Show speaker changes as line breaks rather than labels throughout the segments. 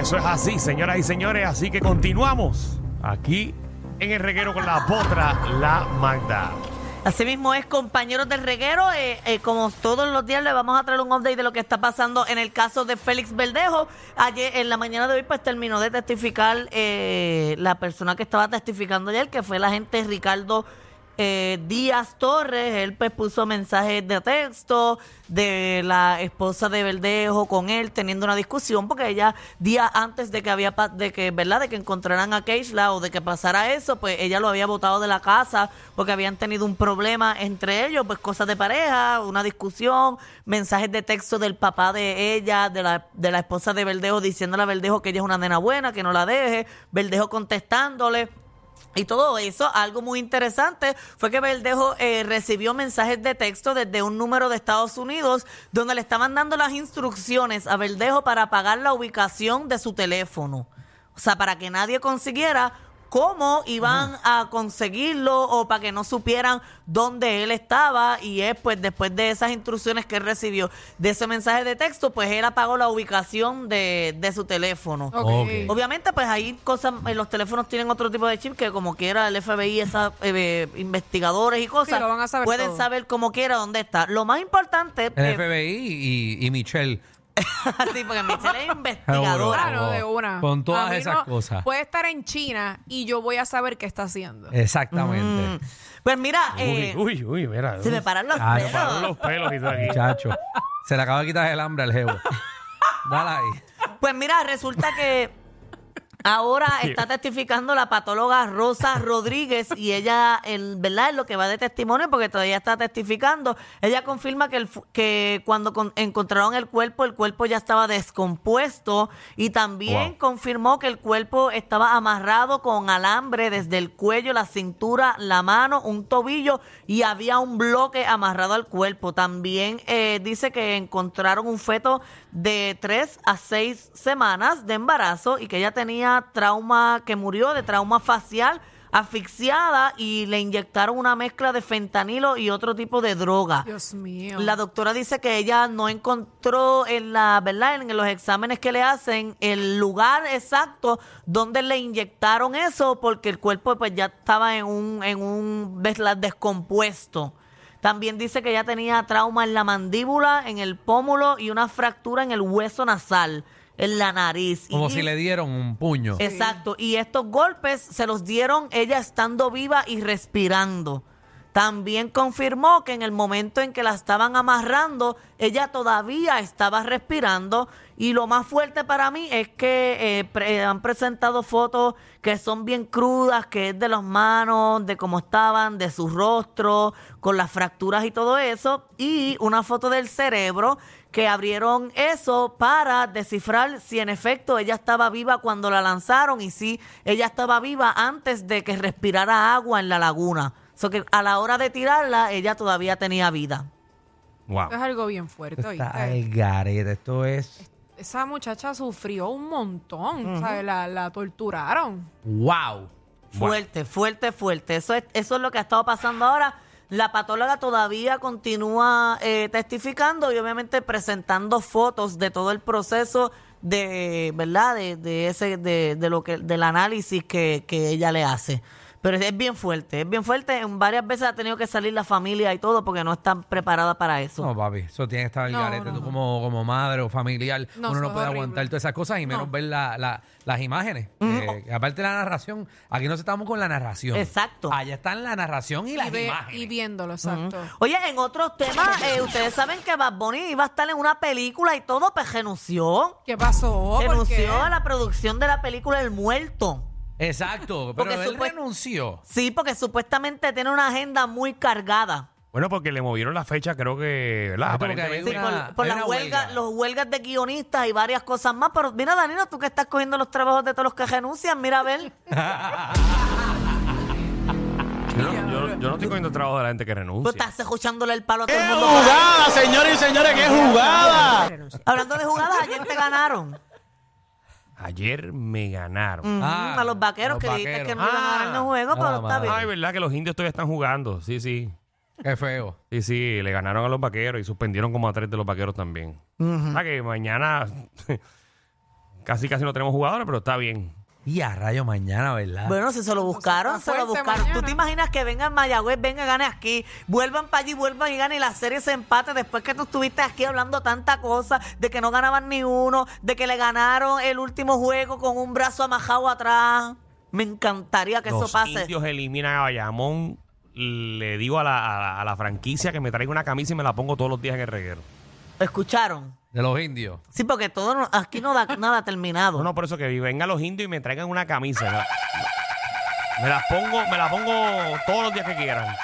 Eso es así, señoras y señores. Así que continuamos aquí en el reguero con la potra, la Magda.
Así mismo es, compañeros del reguero. eh, eh, como todos los días, le vamos a traer un update de lo que está pasando en el caso de Félix Verdejo. Ayer, en la mañana de hoy, pues terminó de testificar eh, la persona que estaba testificando ayer, que fue el agente Ricardo eh, Díaz Torres. Él pues puso mensajes de texto de la esposa de Verdejo con él, teniendo una discusión, porque ella, días antes de que había, pa- de que, ¿verdad?, de que encontraran a Keishla o de que pasara eso, pues ella lo había botado de la casa porque habían tenido un problema entre ellos, pues cosas de pareja, una discusión, mensajes de texto del papá de ella, de la, de la esposa de Verdejo, diciéndole a Verdejo que ella es una nena buena, que no la deje, Verdejo contestándole. Y todo eso, algo muy interesante, fue que Verdejo eh, recibió mensajes de texto desde un número de Estados Unidos donde le estaban dando las instrucciones a Verdejo para apagar la ubicación de su teléfono. O sea, para que nadie consiguiera cómo iban a conseguirlo o para que no supieran dónde él estaba y es pues después de esas instrucciones que él recibió de ese mensaje de texto, pues él apagó la ubicación de, de su teléfono.
Ok.
Obviamente, pues hay cosas, eh, los teléfonos tienen otro tipo de chip que como quiera el FBI, esos eh, investigadores y cosas,
Sí, lo van a saber
pueden
todo.
saber como quiera dónde está. Lo más importante, eh,
El FBI y, y Michelle.
sí, porque Michelle es investigadora.
Ah, no, de una.
Con todas
A mí
esas
no-
cosas.
Puede estar en China y yo voy a saber qué está haciendo.
Exactamente.
Pues mira, eh,
uy, uy, uy, mira.
se me paran los
Ah, no,
pelos.
Pararon los pelos y todo aquí.
Muchacho. Se le acaba de quitar el hambre al jevo. Dale ahí.
Pues mira, resulta que ahora está testificando la patóloga Rosa Rodríguez y ella, en ¿verdad? Es lo que va de testimonio porque todavía está testificando. Ella confirma que, el fu- que cuando con- encontraron el cuerpo, el cuerpo ya estaba descompuesto y también
Wow.
confirmó que el cuerpo estaba amarrado con alambre desde el cuello, la cintura, la mano, un tobillo y había un bloque amarrado al cuerpo. También eh, dice que encontraron un feto de 3 a 6 semanas de embarazo y que ella tenía trauma, que murió de trauma facial asfixiada y le inyectaron una mezcla de fentanilo y otro tipo de droga.
Dios mío.
La doctora dice que ella no encontró en la, ¿verdad? En los exámenes que le hacen el lugar exacto donde le inyectaron eso porque el cuerpo pues ya estaba en un en un ¿verdad? descompuesto. También dice que ella tenía trauma en la mandíbula, en el pómulo y una fractura en el hueso nasal, en la nariz. Y
Como si
dice-
le dieron un puño.
Exacto. Y estos golpes se los dieron ella estando viva y respirando. También confirmó que en el momento en que la estaban amarrando, ella todavía estaba respirando. Y lo más fuerte para mí es que eh, pre- han presentado fotos que son bien crudas, que es de las manos, de cómo estaban, de su rostro, con las fracturas y todo eso. Y una foto del cerebro que abrieron eso para descifrar si en efecto ella estaba viva cuando la lanzaron y si ella estaba viva antes de que respirara agua en la laguna. So que a la hora de tirarla ella todavía tenía vida.
Wow.
Esto es algo bien fuerte.
Esto está
¿oíste?
al garete. Esto es.
Esa muchacha sufrió un montón. ¿sabes? La, la torturaron.
¡Wow!
Fuerte, fuerte, fuerte. Eso es, eso es lo que ha estado pasando ahora. La patóloga todavía continúa eh, testificando y obviamente presentando fotos de todo el proceso de, ¿verdad? De, de ese, de, de lo que, del análisis que, que ella le hace. Pero es, es bien fuerte, es bien fuerte. En varias veces ha tenido que salir la familia y todo porque no están preparada para eso.
No, papi, eso tiene que estar el
No,
garete.
no,
Tú
no.
como, como madre o familiar,
No,
uno
eso
no
es
puede
horrible.
aguantar todas esas cosas y menos
No.
ver la- la- las imágenes. Eh, aparte de la narración, aquí nos estamos con la narración.
Exacto.
Allá están la narración y, las
Y, ve-
imágenes.
y viéndolo, exacto.
Oye, en otros temas, eh, ustedes saben que Bad Bunny iba a estar en una película y todo, pues renunció.
¿Qué
Oh,
pasó? ¿Por qué?
renunció a la producción de la película El Muerto.
Exacto, pero
Porque
él
supue-
renunció.
Sí, porque supuestamente tiene una agenda muy cargada.
Bueno, porque le movieron la fecha, creo que, ¿verdad?
Ah, porque hay
Aparentemente.
Sí,
una-
por, por
hay
las
una
huelgas,
huelga.
los huelgas de guionistas y varias cosas más. Pero mira, Danilo, tú que estás cogiendo los trabajos de todos los que renuncian, mira a ver.
Yo, no- yo no- yo no estoy cogiendo trabajo de la gente que
Tú
renuncia.
Pues estás escuchándole el palo a todo el mundo.
jugada, señores y señores! ¡Qué jugada!
Hablando de jugadas, ayer te ganaron.
Ayer me ganaron.
Ah,
Mm, a los vaqueros
los
que dijiste que
vaqueros.
no iban a ganar los juegos,
Ah,
pero está
madre.
bien.
Ay, verdad que los indios todavía están jugando. Sí, sí.
Qué feo.
Sí, sí, le ganaron a los vaqueros y suspendieron como a tres de los vaqueros también. O sea que mañana casi casi no tenemos jugadores, pero está bien.
Y a rayo mañana,
Ah.
¿verdad?
Bueno, si se lo buscaron, se
Está
lo
fuerte
buscaron. ¿Tú
mañana.
te imaginas que vengan a Mayagüez, vengan, gane aquí, vuelvan para allí, vuelvan y ganen y la serie se empate después que tú estuviste aquí hablando tanta cosa de que no ganaban ni uno, de que le ganaron el último juego con un brazo amajado atrás? Me encantaría que
los
eso pase.
indios eliminan a Bayamón. Le digo a la, a la- a la franquicia que me traiga una camisa y me la pongo todos los días en el reguero.
¿Escucharon?
De los indios.
Sí, porque todo no- aquí no da nada terminado.
No, no, por eso que vengan los indios y me traigan una camisa. Me la, me la pongo, me la pongo todos los días que quieran.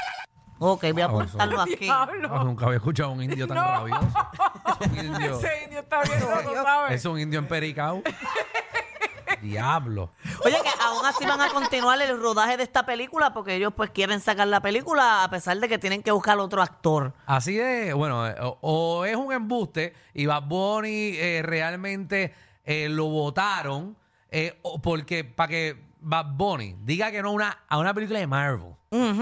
Ok,
Ah,
voy a
Wow,
apuntarlo aquí.
Oh,
Diablo.
No, Ah, nunca había escuchado a un indio tan rabioso. Es un indio,
Ese indio está bien loco, ¿sabes?
es un indio empericado. Diablo.
Oye, que aún así van a continuar el rodaje de esta película porque ellos pues quieren sacar la película a pesar de que tienen que buscar otro actor.
Así de, bueno, eh, o, o es un embuste y Bad Bunny eh, realmente eh, lo votaron eh, porque para que Bad Bunny diga que no a una, a una película de Marvel.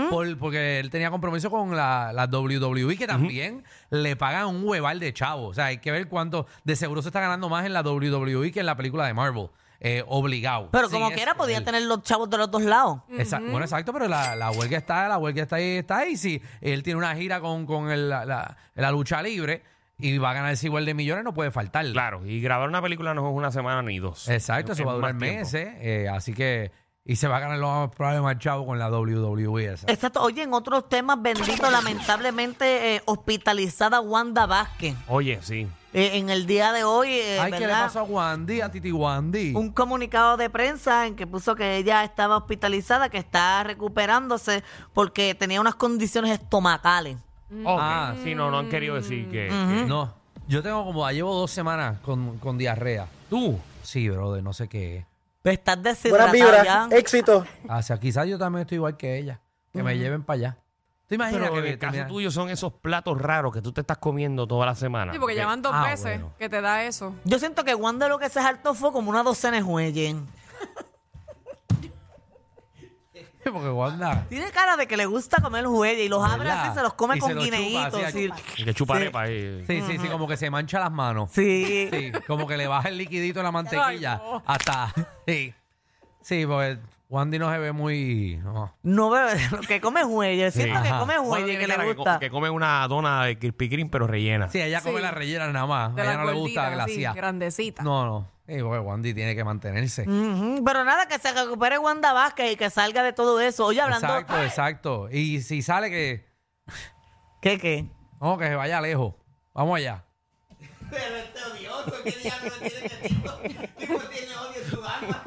por- porque él tenía compromiso con la, la WWE que también le pagan un hueval de chavo. O sea, hay que ver cuánto de seguro se está ganando más en la WWE que en la película de Marvel. eh, obligado.
Pero
Sí,
como
es
quiera, podía
él.
tener los chavos de los dos lados.
Exa- Bueno, exacto, pero la, la huelga está, la huelga está ahí, está ahí. Si él tiene una gira con, con el- la, la- la lucha libre y va a ganar ese igual de millones, no puede faltar.
Claro, y grabar una película no es una semana ni dos.
Exacto,
Es-
eso va a
es
durar
más tiempo.
meses. eh, así que, y se va a ganar los más probable más chavo con la WWE. esa.
Exacto. Oye, en otros temas, bendito, lamentablemente eh, hospitalizada Wanda Vázquez.
Oye, sí.
Eh, en el día de hoy, eh,
Ay, ¿qué le
¿verdad?
pasó a Wandy, a Titi Wandy?
un comunicado de prensa en que puso que ella estaba hospitalizada, que está recuperándose porque tenía unas condiciones estomacales.
Ok,
Ah.
sí, no, no han querido decir que.
Mm.
que-
No, yo tengo como, ya llevo dos semanas con, con diarrea.
Tú.
Sí, brother, no sé qué es.
Pues estás
Buenas
deshidratada ya.
vibras, éxito.
O sea, quizás yo también estoy igual que ella. Que me lleven para allá. ¿Te imaginas
Pero
que
en
me-
el caso
terminan-
tuyo son esos platos raros que tú te estás comiendo toda la semana.
Sí, porque ya
Que-
van dos
Ah,
veces
bueno.
que te da eso.
Yo siento que Wanda lo que se hartó fue como una docena de jueyes.
Porque Wanda...
Tiene cara de que le gusta comer jueyes y los abre
¿Verdad?
así, se los come
Y se
con
los chupa,
guineitos.
así,
sí.
Que chuparepa ahí.
Sí, sí, sí, como que se mancha las manos.
Sí.
Sí, como que le baja el liquidito a la mantequilla. Hasta. Sí. Sí, porque Wandy no se ve muy. no.
No bebé, lo que come huelle. Siento
Ajá.
que come
Bueno,
huelle
tiene
que le
cara co-
gusta.
que come una dona de Krispy Kreme pero rellena.
Sí, ella come
Sí.
la rellena nada más.
De
a ella
las
no le gusta
gorditas, así,
glaciar.
grandecita.
No, no. Sí, porque Wandy tiene que mantenerse.
Mm, Ujú, Pero nada, que se recupere Wanda Vázquez y que salga de todo eso. Oye, hablando.
Exacto, exacto. Y si sale que.
¿Qué, qué?
No, que se vaya lejos. Vamos allá. Pero este odioso, ¿qué diablo tiene que tipo? tiene odio en su alma.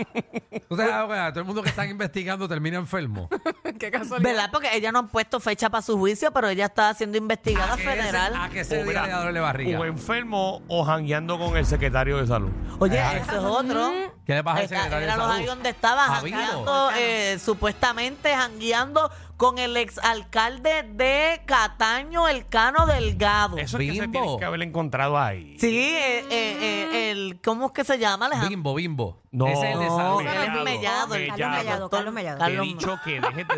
¿Tú te das cuenta? Todo el mundo que están investigando termina enfermo.
Qué casualidad.
¿Verdad? Porque ella no han puesto fecha para su juicio, pero ella está siendo investigada
¿Qué es- ¿A
federal.
qué se
O, mira,
diga le da doble barriga?
o enfermo o jangueando con el secretario de salud. Ah,
Oye,
ah,
eso es otro.
¿Qué le pasa al
Está-
mm. secretario de
Era los
salud?
ahí donde estaba
Habido.
jangueando, eh, supuestamente jangueando con el exalcalde de Cataño, el Cano Delgado.
Eso es que se
Bimbo.
tiene que haber encontrado ahí.
Sí, eh, eh, eh, el, ¿cómo es que se llama, Alejandro?
Bimbo, bimbo.
No,
Ese es el de San
no,
Luis.
Él es Mellado, el
Mellado.
Carlos Mellado.
Te he dicho que dejes de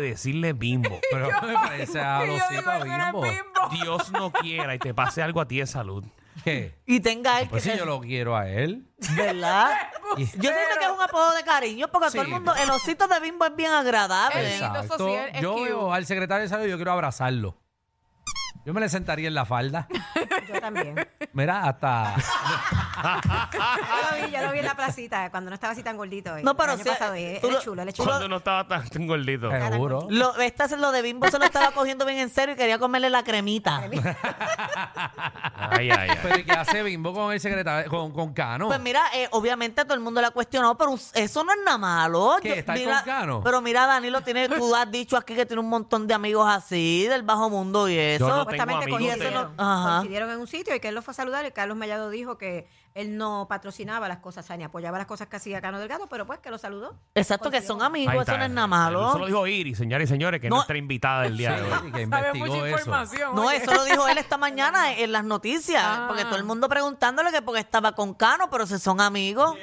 decirle bimbo.
Pero me parece a
Y yo digo,
Rosita
eso era
Bimbo.
bimbo.
Dios no quiera y te pase algo a ti de salud.
¿Qué?
Y tenga él
Pues
que
si yo lo quiero a él.
¿Verdad? yo siento que es un apodo de cariño porque a todo el
Sí.
mundo, el osito de bimbo es bien agradable.
Exacto. social es
Yo
cute.
veo al secretario de salud y yo quiero abrazarlo. Yo me le sentaría en la falda.
Yo también.
Mira, hasta.
Yo lo vi, yo lo vi en la placita cuando no estaba así tan gordito. eh,
No, pero
el año
sí,
pasado,
eh,
eh,
tú
él es
lo-
chulo, él es
tú
chulo.
Cuando no estaba tan, tan gordito.
Seguro.
Lo, esta es lo de bimbo, se lo estaba cogiendo bien en serio y quería comerle la cremita.
Ay, ay, ay.
Pero ¿y qué hace Bimbo con el secretario, con, con Cano?
Pues mira, eh, obviamente todo el mundo la ha cuestionado, pero un- eso no es nada malo.
¿Qué,
Yo-
estar
mira,
con Cano?
Pero mira, Danilo, tiene, tú has dicho aquí que tiene un montón de amigos así, del bajo mundo y eso. pues,
no tengo
Supuestamente
amigos de-
coincidieron,
Ajá.
coincidieron en un sitio y que él lo fue a saludar y Carlos Mellado dijo que él no patrocinaba las cosas, o sea, ni apoyaba las cosas que hacía Cano Delgado, pero pues que lo saludó.
Exacto, que son amigos,
Ahí
eso no
está.
es nada malo.
Eso lo dijo Iris, señores y señores, que es
No.
nuestra invitada del día de hoy.
Sí, que
Sabe
investigó
mucha
eso.
información.
No,
oye.
eso lo dijo él esta mañana en las noticias,
Ah.
porque todo el mundo preguntándole que porque estaba con Cano, pero si son amigos.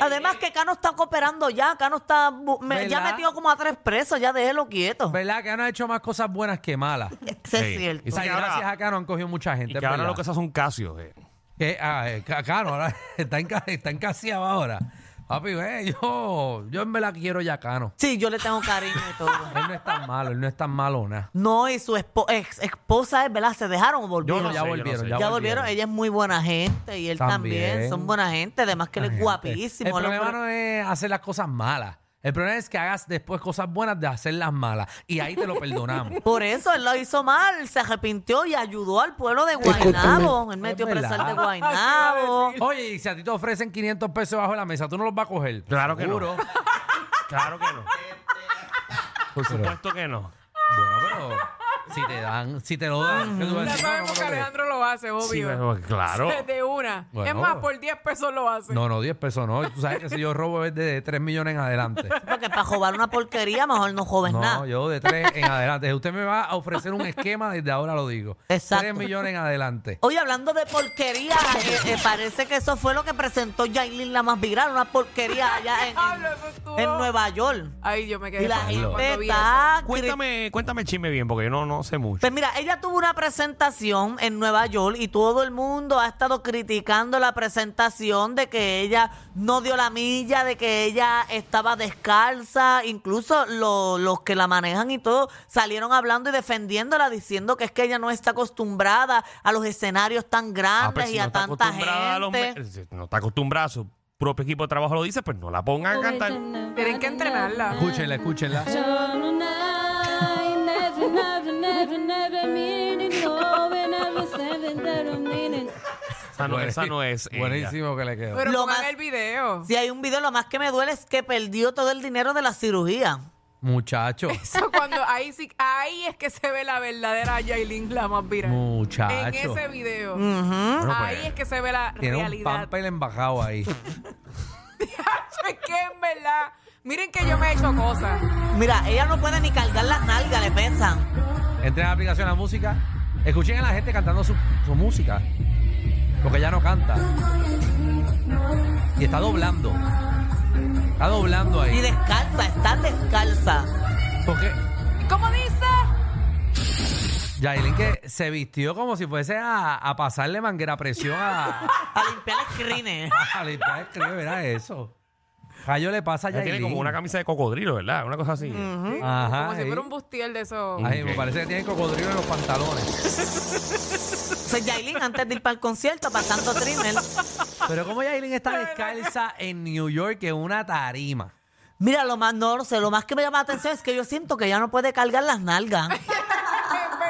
Además que Cano está cooperando ya, Cano está bu- me- ya
¿Verdad?
metió como a tres presos, ya déjelo quieto.
¿Verdad? Que Cano ha hecho más cosas buenas que malas.
Eso
Sí.
es cierto.
O sea,
Y
y
que ahora-
gracias a Cano han cogido mucha
Y
gente.
que
es
ahora
verdad.
lo que se hace un casio. eh.
Que- ah, eh, Ca- Cano ahora está, en, está encaseado ahora. Papi, eh, yo, yo me la quiero ya a Cano.
Sí, yo le tengo cariño y todo.
Él no es tan malo, él no es tan malo nada.
No, y su espo- ex esposa, es, ¿verdad? Se dejaron o volvieron.
Yo no
ya
sé, yo no
volvieron,
sé.
ya,
Ya volvieron, ella es muy buena gente y él también,
También.
son buena gente, además que él es guapísimo.
El
el
problema
hombre-
no es hacer las cosas malas. El problema es que hagas después cosas buenas de hacerlas malas. Y ahí te lo perdonamos.
Por eso él lo hizo mal, se arrepintió y ayudó al pueblo de Guaynabo. Él metió
Es
preso al de
verdad.
Guaynabo.
Oye, y si a ti te ofrecen 500 pesos bajo la mesa, tú no los vas a coger.
Claro que no.
Seguro.
Claro que no.
Por supuesto.
Puesto que no.
Bueno, pero si te dan, si te lo dan, ¿qué tú vas a
Ya
decir? No,
sabemos
no,
que
no, no, no.
Alejandro lo hace,
Sí,
obvio.
pero claro.
De una.
Bueno.
Es más, por 10 pesos lo hace.
No, no, 10 pesos no. Tú sabes que si yo robo es de 3 millones en adelante.
Porque para robar una porquería, mejor no joven
No,
nada.
yo de 3 en adelante. Usted me va a ofrecer un esquema, desde ahora lo digo.
Exacto.
3 millones en adelante.
Oye, hablando de porquería, eh, eh, parece que eso fue lo que presentó Yailin la más viral, una porquería allá en,
Pablo, eso estuvo-
en- en Nueva York.
Ay, yo me quedé
Y la
pasmada
gente
cuando vi
está... cri-
Cuéntame, cuéntame el chisme bien, porque yo no, no sé mucho.
Pues mira, ella tuvo una presentación en Nueva York y todo el mundo ha estado criticando la presentación de que ella no dio la milla, de que ella estaba descalza, incluso lo- los que la manejan y todo salieron hablando y defendiéndola, diciendo que es que ella no está acostumbrada a los escenarios tan
Ah,
grandes
pues, si
y
no
a
está
tanta
acostumbrada a los
gente.
me- si no está acostumbrada a su propio equipo de trabajo, lo dice, pues no la pongan a cantar.
eso. Tienen que entrenarla.
Escúchenla, escúchenla.
Esa Ah, no, esa no es. ella.
Buenísimo que le quedó.
Pero
Lo
pongan
más-
el video.
Si hay un video, lo más que me duele es que perdió todo el dinero de la cirugía.
Muchacho.
Eso cuando ahí sí, ahí es que se ve la verdadera Yailin la más viral. En
Muchacho.
ese video.
Mm.
Bueno, pues,
Ahí es que se ve la
Tiene un
realidad.
pamper embajado ahí.
es que en verdad. Miren que yo me he hecho cosas.
Mira, ella no puede ni cargar las nalgas, le pesan.
Entren a la aplicación la música. Escuchen a la gente cantando su, su música. Porque ya no canta. Y está doblando. Está doblando
Y
ahí.
descalza, está descalza.
Porque
¿Cómo dice?
Yailin que se vistió como si fuese a, a pasarle manguera a presión a,
A limpiar el crines.
a limpiar el crío, Era eso. Rayo le pasa a
ella
Yailin.
tiene como una camisa de cocodrilo, ¿verdad? Una cosa así.
Ajá.
Como si
ahí.
fuera un bustiel de esos.
Ay, me
Ok.
parece que tiene cocodrilo en los pantalones.
O sea, Yailin, antes de ir para el concierto, pasando trimmer.
Pero como Yailin está descalza en New York en una tarima.
Mira, lo más, no sé, lo más que me llama la atención es que yo siento que ya no puede cargar las nalgas.
Es verdad.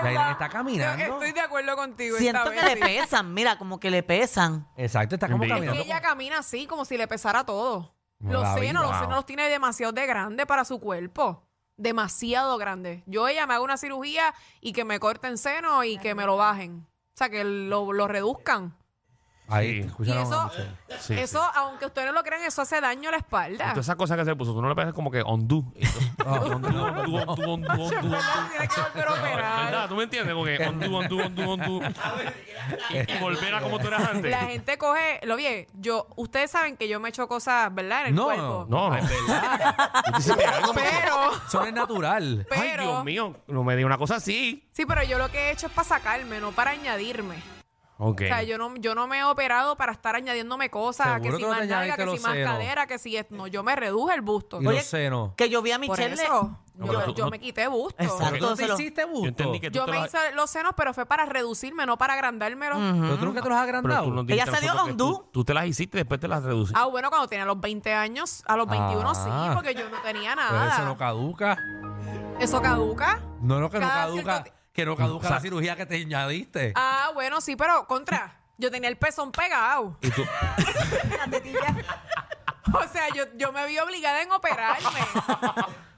Eh,
Yailin está caminando.
Estoy de acuerdo contigo.
siento
esta
que
vez,
le
sí.
pesan, mira, como que le pesan.
Exacto, está como
Sí.
caminando.
Ella camina así, como si le pesara todo. Los
Maravilla.
senos, los
Wow.
senos los tiene demasiado de grande para su cuerpo. Demasiado grande. Yo ella me hago una cirugía y que me corten seno y que me lo bajen. O sea, que lo, lo reduzcan.
Ahí,
Sí.
Y
escucharon
eso,
Sí,
eso aunque ustedes no lo crean, eso hace daño a la espalda.
Todas esas cosas que se puso, tú no le pegas como que ondú.
Ah,
Ondú, ondú, ondú, ondú, ondú.
¿Verdad? Tiene que volver a
¿Verdad?
operar.
¿Tú me entiendes? Como que ondú, ondú, ondú, ondú.
Eh,
Y y volver a como tú eras antes.
La gente coge, lo vi, yo, ustedes saben que yo me echo cosas, ¿verdad? En el
No,
cuerpo.
No, no. Tú te hiciste algo, me-
Pero,
Eso no es natural.
pero,
Ay, Dios mío, no me digas una cosa así.
sí, pero yo lo que he hecho es para sacarme, no para añadirme.
Ok.
O sea, yo no, yo no me he operado para estar añadiéndome cosas, que
Seguro
si
que no
más
te
nalga,
añadiste
que si
los
más
senos.
cadera, que si es- no, yo me reduje el busto.
Y los senos.
Que yo vi a
Por
Michelle.
eso,
No,
yo,
pero tú-
yo
no-
me quité busto.
Exacto.
¿Tú te
se lo-
hiciste
Yo
busto?
entendí que tú
Yo
te
me
los-
hice los senos, pero fue para reducirme, no para agrandármelo.
Mm.
¿Pero tú nunca te los has agrandado?
Pero tú nos dijiste
Ella se dio
nosotros que
hondú.
Tú, tú te las hiciste y después te las reduciste.
Ah, bueno, cuando tenía los 20 años, a los 21
Ah.
sí, porque yo no tenía
Pero
nada.
Pues eso no caduca.
¿Eso caduca?
No, no, que no
Cada
caduca.
cierto
Que no caduca
O sea-
la cirugía que te añadiste.
Ah, bueno, sí, pero contra. Yo tenía el pezón pegado.
Y tú-
O sea, yo, yo me vi obligada en operarme.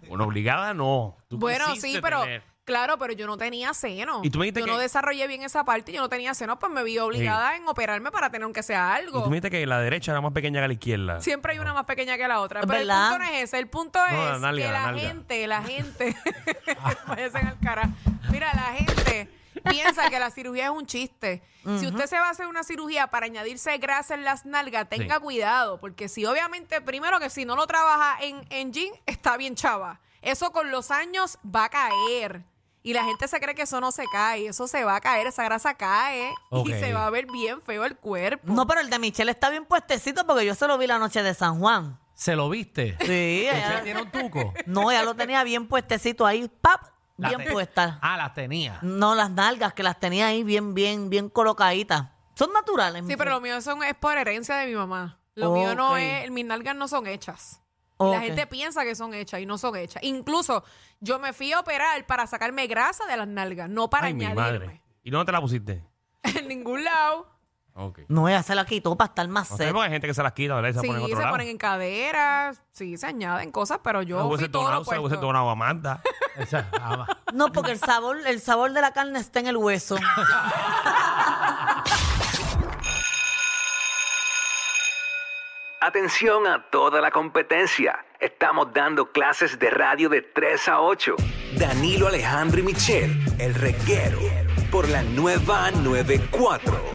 bueno, obligada no. Tú
bueno,
quisiste
sí, pero.
tener.
Claro, pero yo no tenía seno.
Y tú me dijiste
yo
que-
no desarrollé bien esa parte y yo no tenía seno, pues me vi obligada en operarme para tener aunque sea
Y
algo.
tú me dijiste que la derecha era más pequeña que la izquierda.
Siempre hay una más pequeña que la otra.
Es
Pero
verdad.
el punto no es ese. El punto es
la nalga,
que
la
la,
nalga.
gente, la gente, váyanse al cara. Mira, la gente piensa que la cirugía es un chiste. Si usted se va a hacer una cirugía para añadirse grasa en las nalgas, tenga
Sí.
cuidado. Porque si obviamente, primero que si no lo trabaja en, en jean, está bien chava. Eso con los años va a caer. Y la gente se cree que eso no se cae. Eso se va a caer, esa grasa cae.
Ok.
Y se va a ver bien feo el cuerpo.
No, pero el de Michelle está bien puestecito porque yo se lo vi la noche de San Juan.
¿Se lo viste?
Sí,
¿Ella
ella-
tiene un tuco?
no, ya lo tenía bien puestecito ahí, pap,
La
bien
te-
puesta.
Ah, las tenía.
No, las nalgas que las tenía ahí bien, bien, bien colocaditas. Son naturales.
Sí, pero lo mío son, es por herencia de mi mamá. Lo mío no es, mis nalgas no son hechas. Y La gente piensa que son hechas y no son hechas. Incluso yo me fui a operar para sacarme grasa de las nalgas, no para
Ay, mi madre.
añadirme.
¿Y dónde te la pusiste?
En ningún lado.
Ok.
No, ella se la quitó para estar más
No sé,
cerca.
porque hay gente que se las quita, ¿verdad? Y se
sí,
ponen en
se
otro lado.
ponen en caderas, sí, se añaden cosas, pero yo
Se
fui
hubiese
todo lo
donado, se hubiese
opuesto.
donado a Amanda.
Esa- ah, va.
No, porque el sabor, el sabor de la carne está en el hueso.
Atención a toda la competencia. Estamos dando clases de radio de 3 a 8. Danilo Alejandro y Michel, el reguero, por la nueva 94.